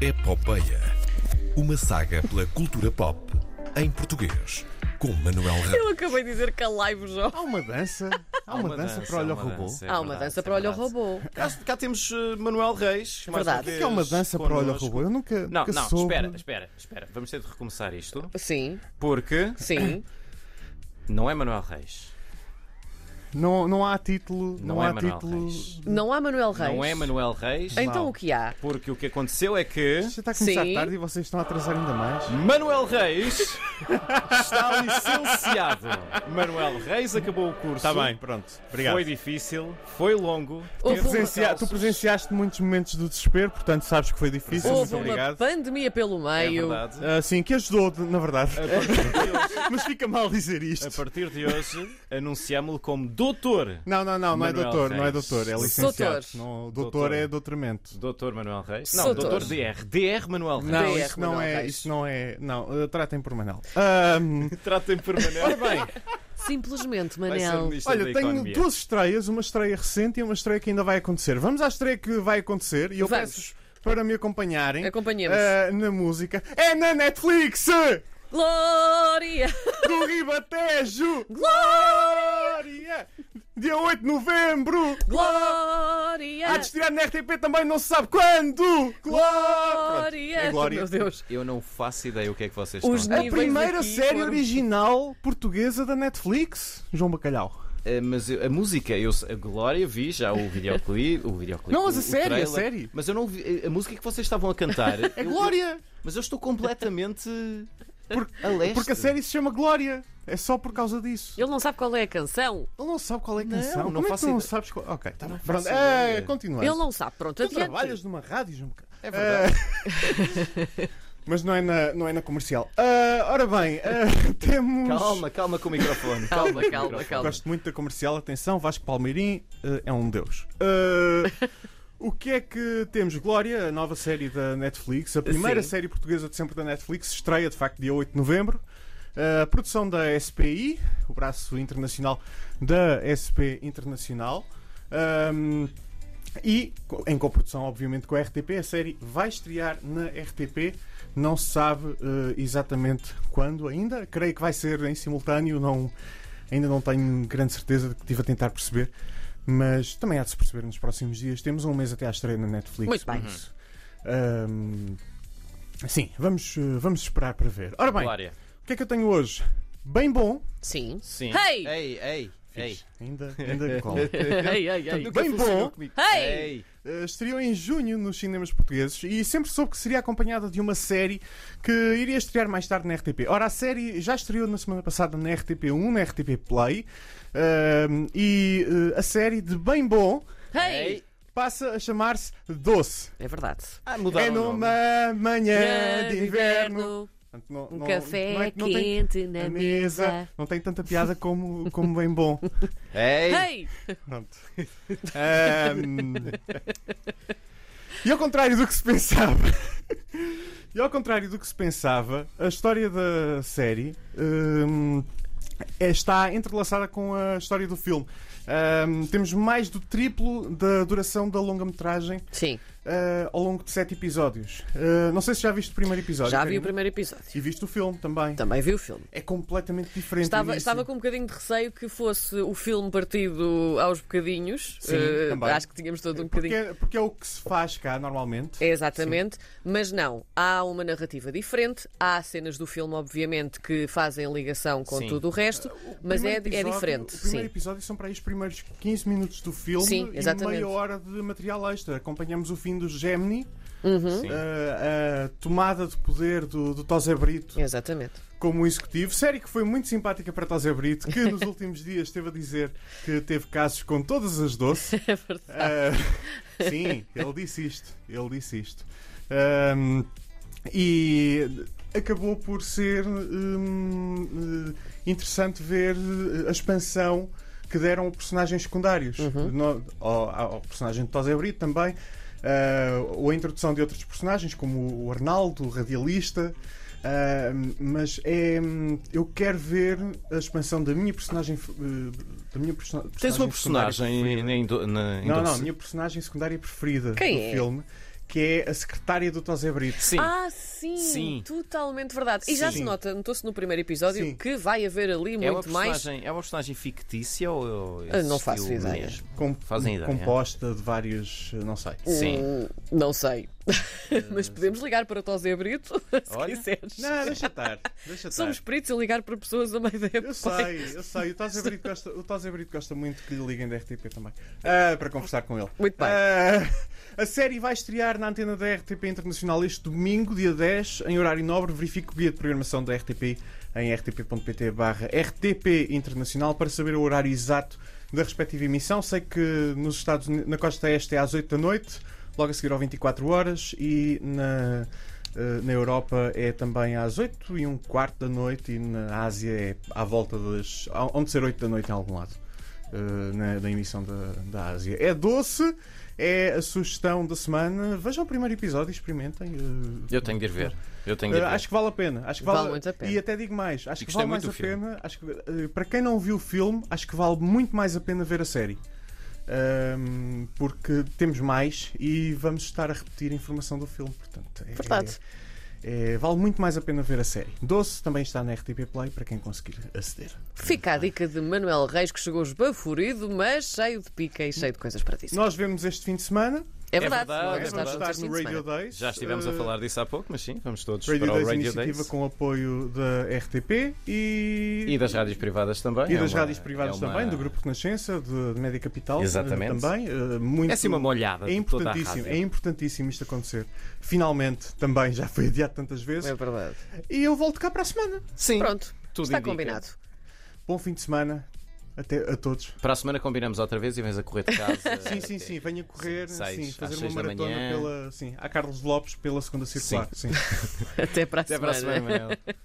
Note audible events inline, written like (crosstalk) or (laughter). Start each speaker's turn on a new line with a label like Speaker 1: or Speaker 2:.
Speaker 1: É Popeia, uma saga pela cultura pop em português, com Manuel
Speaker 2: (laughs) Eu
Speaker 1: Ramos.
Speaker 2: acabei de dizer calai-vos, ó.
Speaker 3: Há uma dança? Há uma, dança, para
Speaker 4: há
Speaker 3: olho
Speaker 4: uma
Speaker 3: robô?
Speaker 4: dança, é
Speaker 2: Há uma
Speaker 4: verdade,
Speaker 2: dança
Speaker 4: é
Speaker 2: para olho ao
Speaker 4: verdade.
Speaker 2: robô.
Speaker 4: Cá, cá temos eh, Manuel Reis. mais
Speaker 2: Verdade.
Speaker 4: uma
Speaker 2: O que é
Speaker 3: Que é uma
Speaker 4: vez
Speaker 3: dança para olho
Speaker 4: connosco.
Speaker 3: robô? Eu nunca.
Speaker 4: Não,
Speaker 3: nunca
Speaker 4: não,
Speaker 3: soube.
Speaker 4: espera, espera, espera. Vamos ter de recomeçar isto
Speaker 2: Sim,
Speaker 4: porque
Speaker 2: sim.
Speaker 4: não é Manuel Reis.
Speaker 3: Não, não há título. Não,
Speaker 4: Não é
Speaker 3: há
Speaker 4: Manuel
Speaker 3: título.
Speaker 4: Reis.
Speaker 2: Não há Manuel Reis.
Speaker 4: Não é Manuel Reis
Speaker 2: Então o que há?
Speaker 4: porque o que aconteceu é que
Speaker 3: Já está a começar
Speaker 2: Sim.
Speaker 3: tarde e vocês estão a atrasar ainda mais.
Speaker 4: Manuel Reis está licenciado. Manuel Reis acabou o curso.
Speaker 3: Tá
Speaker 5: Está bem, pronto. Obrigado.
Speaker 4: Tá Foi difícil, foi longo.
Speaker 2: Houve
Speaker 4: teve
Speaker 2: uma-
Speaker 3: Presencia-
Speaker 4: percalços.
Speaker 3: tu presenciaste muitos momentos do desespero, portanto sabes que foi difícil.
Speaker 2: Houve
Speaker 5: muito
Speaker 2: uma
Speaker 5: obrigado.
Speaker 2: pandemia pelo
Speaker 4: É
Speaker 2: meio.
Speaker 4: verdade.
Speaker 3: Ah, sim, que ajudou, de- na verdade. (laughs)
Speaker 4: A partir de hoje-
Speaker 3: Mas fica mal dizer
Speaker 4: A
Speaker 3: isto.
Speaker 4: partir de hoje, anunciámo-lo como doutor.
Speaker 3: Não, não, não, não é
Speaker 4: Manuel
Speaker 3: doutor, não é
Speaker 4: Reis.
Speaker 3: doutor, é
Speaker 2: Doutor.
Speaker 3: licenciado. Não, doutor
Speaker 4: Doutor.
Speaker 3: é doutoramento.
Speaker 4: Doutor Manuel Reis.
Speaker 2: Doutor.
Speaker 4: Não, doutor DR. DR Manuel Reis.
Speaker 3: Não,
Speaker 2: DR,
Speaker 3: isso não
Speaker 2: Manuel
Speaker 3: é,
Speaker 2: Reis.
Speaker 3: isso não é. Não, ah, tratem por Manel. Ahm,
Speaker 4: Trata-me por Manuel. bem,
Speaker 2: Simplesmente,
Speaker 4: vai ser
Speaker 2: Manel.
Speaker 4: ministro da
Speaker 3: Olha, tenho
Speaker 4: Economia.
Speaker 3: duas estreias, uma estreia recente e uma estreia que ainda vai acontecer. Vamos à estreia que vai acontecer e eu
Speaker 2: Vamos.
Speaker 3: peço-vos para me acompanharem
Speaker 2: Acompanhemos.
Speaker 3: ah, na música. É na Netflix!
Speaker 2: Glória!
Speaker 3: Do Ribatejo! Glória! Dia 8 de novembro!
Speaker 2: Glória!
Speaker 3: Há de estrear na RTP também, não se sabe quando! Glória!
Speaker 2: Glória!
Speaker 3: É glória.
Speaker 2: Meu Deus.
Speaker 4: Eu não faço ideia o que é que vocês
Speaker 2: Os
Speaker 4: estão.
Speaker 3: A
Speaker 2: níveis
Speaker 3: primeira
Speaker 2: aqui
Speaker 3: série
Speaker 2: foram-
Speaker 3: original portuguesa da Netflix, João Bacalhau.
Speaker 4: Ah, mas eu- a música, eu, a Glória, vi já o videoclipe. O videoclipe
Speaker 3: Não, mas a
Speaker 4: o- o
Speaker 3: série, a
Speaker 4: trailer.
Speaker 3: série.
Speaker 4: Mas eu não vi. eh, A música que vocês estavam a cantar.
Speaker 3: (laughs) É
Speaker 4: eu-
Speaker 3: Glória!
Speaker 4: eu- mas eu estou completamente.
Speaker 3: Porque-
Speaker 4: a leste. É
Speaker 3: Porque a série se chama Glória. É só por causa disso.
Speaker 2: Ele não sabe qual é a canção.
Speaker 3: Ele não sabe qual é a
Speaker 4: Não,
Speaker 3: canção.
Speaker 4: não
Speaker 3: Como é que
Speaker 4: faço
Speaker 3: tu não
Speaker 4: ide-
Speaker 3: sabes qual. Ok, tá bem.
Speaker 4: faço
Speaker 3: Pronto,
Speaker 4: ideia.
Speaker 3: é, continua.
Speaker 2: Ele não sabe. Pronto,
Speaker 3: Tu trabalhas
Speaker 2: adiante.
Speaker 3: numa rádio, João Bacalhau.
Speaker 4: É verdade.
Speaker 3: Mas não é na, não é na comercial. Ah, ora bem, ah, (laughs) temos.
Speaker 4: Calma, calma com o microfone.
Speaker 2: Calma,
Speaker 4: com o
Speaker 2: calma,
Speaker 4: microfone.
Speaker 2: calma.
Speaker 3: Gosto muito da comercial, atenção, Vasco Palmeirim ah, é um deus. Ah, o que é que temos? Glória, a nova série da Netflix, a primeira
Speaker 2: Sim.
Speaker 3: série portuguesa de sempre da Netflix, estreia de facto dia 8 de novembro. Ah, A produção da SPI, o braço internacional da SP Internacional. Ahm, e, co- em coprodução, obviamente, com a RTP, a série vai estrear na RTP. Não se sabe eh, exatamente quando ainda. Creio que vai ser em simultâneo. Não, ainda não tenho grande certeza de que estive a tentar perceber. Mas também há de se perceber nos próximos dias. Temos um mês até à estreia na Netflix.
Speaker 2: Muito bem.
Speaker 3: por isso, ahm, sim, vamos, eh, vamos esperar para ver. Ora bem,
Speaker 4: Glória.
Speaker 3: o que é que eu tenho hoje? Bem bom.
Speaker 2: Sim.
Speaker 4: Sim.
Speaker 2: Hey!
Speaker 4: Ei, ei, ei.
Speaker 3: Fixe. Ainda,
Speaker 2: (laughs)
Speaker 3: ainda cola.
Speaker 2: Ei, ei, ei.
Speaker 4: Nunca
Speaker 3: Bem
Speaker 4: funcionou
Speaker 3: bom.
Speaker 4: comigo.
Speaker 2: Ei!
Speaker 3: Uh, estreou em junho nos cinemas portugueses e sempre soube que seria acompanhada de uma série que iria estrear mais tarde na RTP. Ora, a série já estreou na semana passada na RTP1, na RTP Play, um, e uh, a série de bem bom
Speaker 2: Ei!
Speaker 3: passa a chamar-se Doce.
Speaker 2: É verdade.
Speaker 4: Ah, mudaram
Speaker 3: é
Speaker 4: o nome.
Speaker 3: numa manhã É de
Speaker 2: Grande
Speaker 3: inverno. Portanto, não-
Speaker 2: Um
Speaker 3: não-
Speaker 2: café
Speaker 3: não é que não tem
Speaker 2: quente na
Speaker 3: a mesa.
Speaker 2: mesa.
Speaker 3: Não tem tanta piada como, como bem bom.
Speaker 4: Ei.
Speaker 2: Ei!
Speaker 3: Pronto. Ahm, E ao contrário do que se pensava. (laughs) E ao contrário do que se pensava, a história da série ahm, é- está entrelaçada com a história do filme. Ahm, temos mais do triplo da duração da longa-metragem
Speaker 2: Sim,
Speaker 3: ah, ao longo de sete episódios. Ah, não sei se já viste o primeiro episódio.
Speaker 2: já vi
Speaker 3: Karina.
Speaker 2: o primeiro episódio.
Speaker 3: E viste o filme também.
Speaker 2: Também vi o filme.
Speaker 3: É completamente diferente. o
Speaker 2: Estava,
Speaker 3: início.
Speaker 2: estava com um bocadinho de receio que fosse o filme partido aos bocadinhos.
Speaker 3: Sim,
Speaker 2: Eh,
Speaker 3: também.
Speaker 2: acho que tínhamos todo um
Speaker 3: porque,
Speaker 2: bocadinho.
Speaker 3: é- porque é o que se faz cá normalmente.
Speaker 2: É, Exatamente, mas não, há uma narrativa diferente, há cenas do filme, obviamente, que fazem ligação com
Speaker 4: Sim.
Speaker 2: tudo o resto, mas é,
Speaker 3: primeiro
Speaker 2: é
Speaker 3: episódio-
Speaker 2: diferente.
Speaker 3: O primeiro
Speaker 2: Sim.
Speaker 3: episódio são para aí os primeiros 15 minutos do filme
Speaker 2: Sim,
Speaker 3: e
Speaker 2: exatamente.
Speaker 3: meia hora de material extra. Acompanhamos o fim do Gemini,
Speaker 2: Uhum.
Speaker 3: eh,
Speaker 4: Sim.
Speaker 3: a, a tomada de poder do, do Tosé Brito
Speaker 2: Exatamente.
Speaker 3: como executivo. Série que foi muito simpática para Tosé Brito, que nos (laughs) últimos dias esteve a dizer que teve casos com todas as doces.
Speaker 2: É verdade.
Speaker 4: (laughs)
Speaker 3: Ah, sim, ele disse isto. Ele disse isto. Ahm, e acabou por ser hum, eh, interessante ver eh, a expansão que deram a personagens secundários.
Speaker 4: Uhum.
Speaker 3: No- ao, ao personagem de Tosé Brito também. ah, ou a introdução de outros personagens, como o Arnaldo, o radialista. Ah, mas é. hum, Eu quero ver a expansão da minha personagem. eh, Da minha persona-
Speaker 4: Tens uma
Speaker 3: personagem secundária
Speaker 4: personagem em, em, do- na- em
Speaker 3: não, não, a
Speaker 4: doce.
Speaker 3: minha personagem secundária preferida
Speaker 2: Quem
Speaker 3: do
Speaker 2: é?
Speaker 3: filme, que é a secretária do Tosé Brito.
Speaker 4: Sim.
Speaker 2: Ah, sim,
Speaker 4: Sim.
Speaker 2: totalmente verdade. E já
Speaker 3: Sim.
Speaker 2: se nota, notou-se no primeiro episódio
Speaker 3: Sim.
Speaker 2: que vai haver ali
Speaker 4: é, uma
Speaker 2: muito mais.
Speaker 4: personagem, é uma personagem fictícia ou- ou.
Speaker 2: Ah, não faço
Speaker 4: existiu
Speaker 2: ideia.
Speaker 4: mesmo?
Speaker 3: Com-
Speaker 4: Fazem ideia.
Speaker 3: Composta de vários. eh, Não sei.
Speaker 4: Sim.
Speaker 2: Hum, não sei. (laughs) Mas podemos ligar para o Tosé Brito, (laughs) se
Speaker 4: Olha.
Speaker 2: quiseres.
Speaker 3: Não, deixa estar. Deixa estar.
Speaker 2: Somos peritos a ligar para pessoas a meio da (laughs)
Speaker 3: Eu sei, eu sei. O Taz Brito gosta, o Taz Brito gosta muito que lhe liguem da RTP também. Ah, para conversar com ele.
Speaker 2: Muito bem.
Speaker 3: Ah, a série vai estrear na antena da RTP Internacional este domingo, dia 10, em horário nobre. Verifique o guia de programação da RTP em rtp.pt barra RTP Internacional para saber o horário exato da respectiva emissão. Sei que nos Estados Unidos, na costa este é às 8 da noite, logo a seguir ao 24 horas e na... Uh, na Europa é também às 8 e um quarto da noite e na Ásia é à volta das. há- hão de ser 8 da noite em algum lado. uh, na, na emissão da, da Ásia. É doce, é a sugestão da semana. Vejam o primeiro episódio e experimentem. uh,
Speaker 4: Eu tenho de ir ver. Eu tenho
Speaker 3: uh,
Speaker 4: de ir ver.
Speaker 3: acho que vale a pena. Acho que
Speaker 2: Vale
Speaker 3: vale,
Speaker 2: muito a pena.
Speaker 3: E até digo mais. Acho
Speaker 4: E
Speaker 3: que
Speaker 4: gostei
Speaker 3: vale mais a
Speaker 4: muito do filme.
Speaker 3: pena. Acho que, uh, para quem não viu o filme, acho que vale muito mais a pena ver a série. Um, porque temos mais e vamos estar a repetir a informação do filme. Portanto, é,
Speaker 2: Verdade.
Speaker 3: é, vale muito mais a pena ver a série. Doce também está na RTP Play para quem conseguir aceder.
Speaker 2: Fica a dica de Manuel Reis, que chegou esbaforido, mas cheio de pica e cheio de coisas para ti.
Speaker 3: Nós vemos este fim de semana.
Speaker 2: É verdade,
Speaker 4: verdade,
Speaker 2: não é?
Speaker 4: é
Speaker 3: Vamos
Speaker 4: verdade.
Speaker 2: Nós
Speaker 3: estar
Speaker 2: vamos ter
Speaker 3: no
Speaker 2: fim de
Speaker 3: Radio
Speaker 2: semana.
Speaker 3: Days.
Speaker 4: Já estivemos a
Speaker 3: Uh,
Speaker 4: falar disso há pouco, mas sim, vamos todos
Speaker 3: Radio
Speaker 4: para
Speaker 3: Days
Speaker 4: o Radio
Speaker 3: iniciativa
Speaker 4: Days.
Speaker 3: com apoio da RTP e,
Speaker 4: E das rádios privadas também.
Speaker 3: E
Speaker 4: é
Speaker 3: das
Speaker 4: uma-
Speaker 3: rádios privadas
Speaker 4: é uma-
Speaker 3: também, do Grupo Renascença, de, de Média Capital eh,
Speaker 4: Exatamente.
Speaker 3: também. eh, muito,
Speaker 4: É assim uma molhada.
Speaker 3: é
Speaker 4: de toda a
Speaker 3: importantíssimo,
Speaker 4: rádio.
Speaker 3: é importantíssimo isto acontecer. Finalmente, também já foi adiado tantas vezes.
Speaker 2: É verdade.
Speaker 3: E eu volto cá para a semana.
Speaker 4: Sim,
Speaker 2: Pronto,
Speaker 4: tudo
Speaker 2: está
Speaker 4: indica.
Speaker 2: combinado.
Speaker 3: Bom fim de semana até a todos.
Speaker 4: Para a semana combinamos outra vez e vens a
Speaker 3: (laughs)
Speaker 4: correr de casa.
Speaker 3: Sim, sim, sim, venha correr,
Speaker 4: Sais
Speaker 3: sim,
Speaker 4: às
Speaker 3: fazer uma
Speaker 4: seis da
Speaker 3: maratona
Speaker 4: manhã.
Speaker 3: pela, sim, a Carlos Lopes pela segunda circular, sim.
Speaker 2: Até para a
Speaker 3: (laughs)
Speaker 4: Até para a semana, Manel.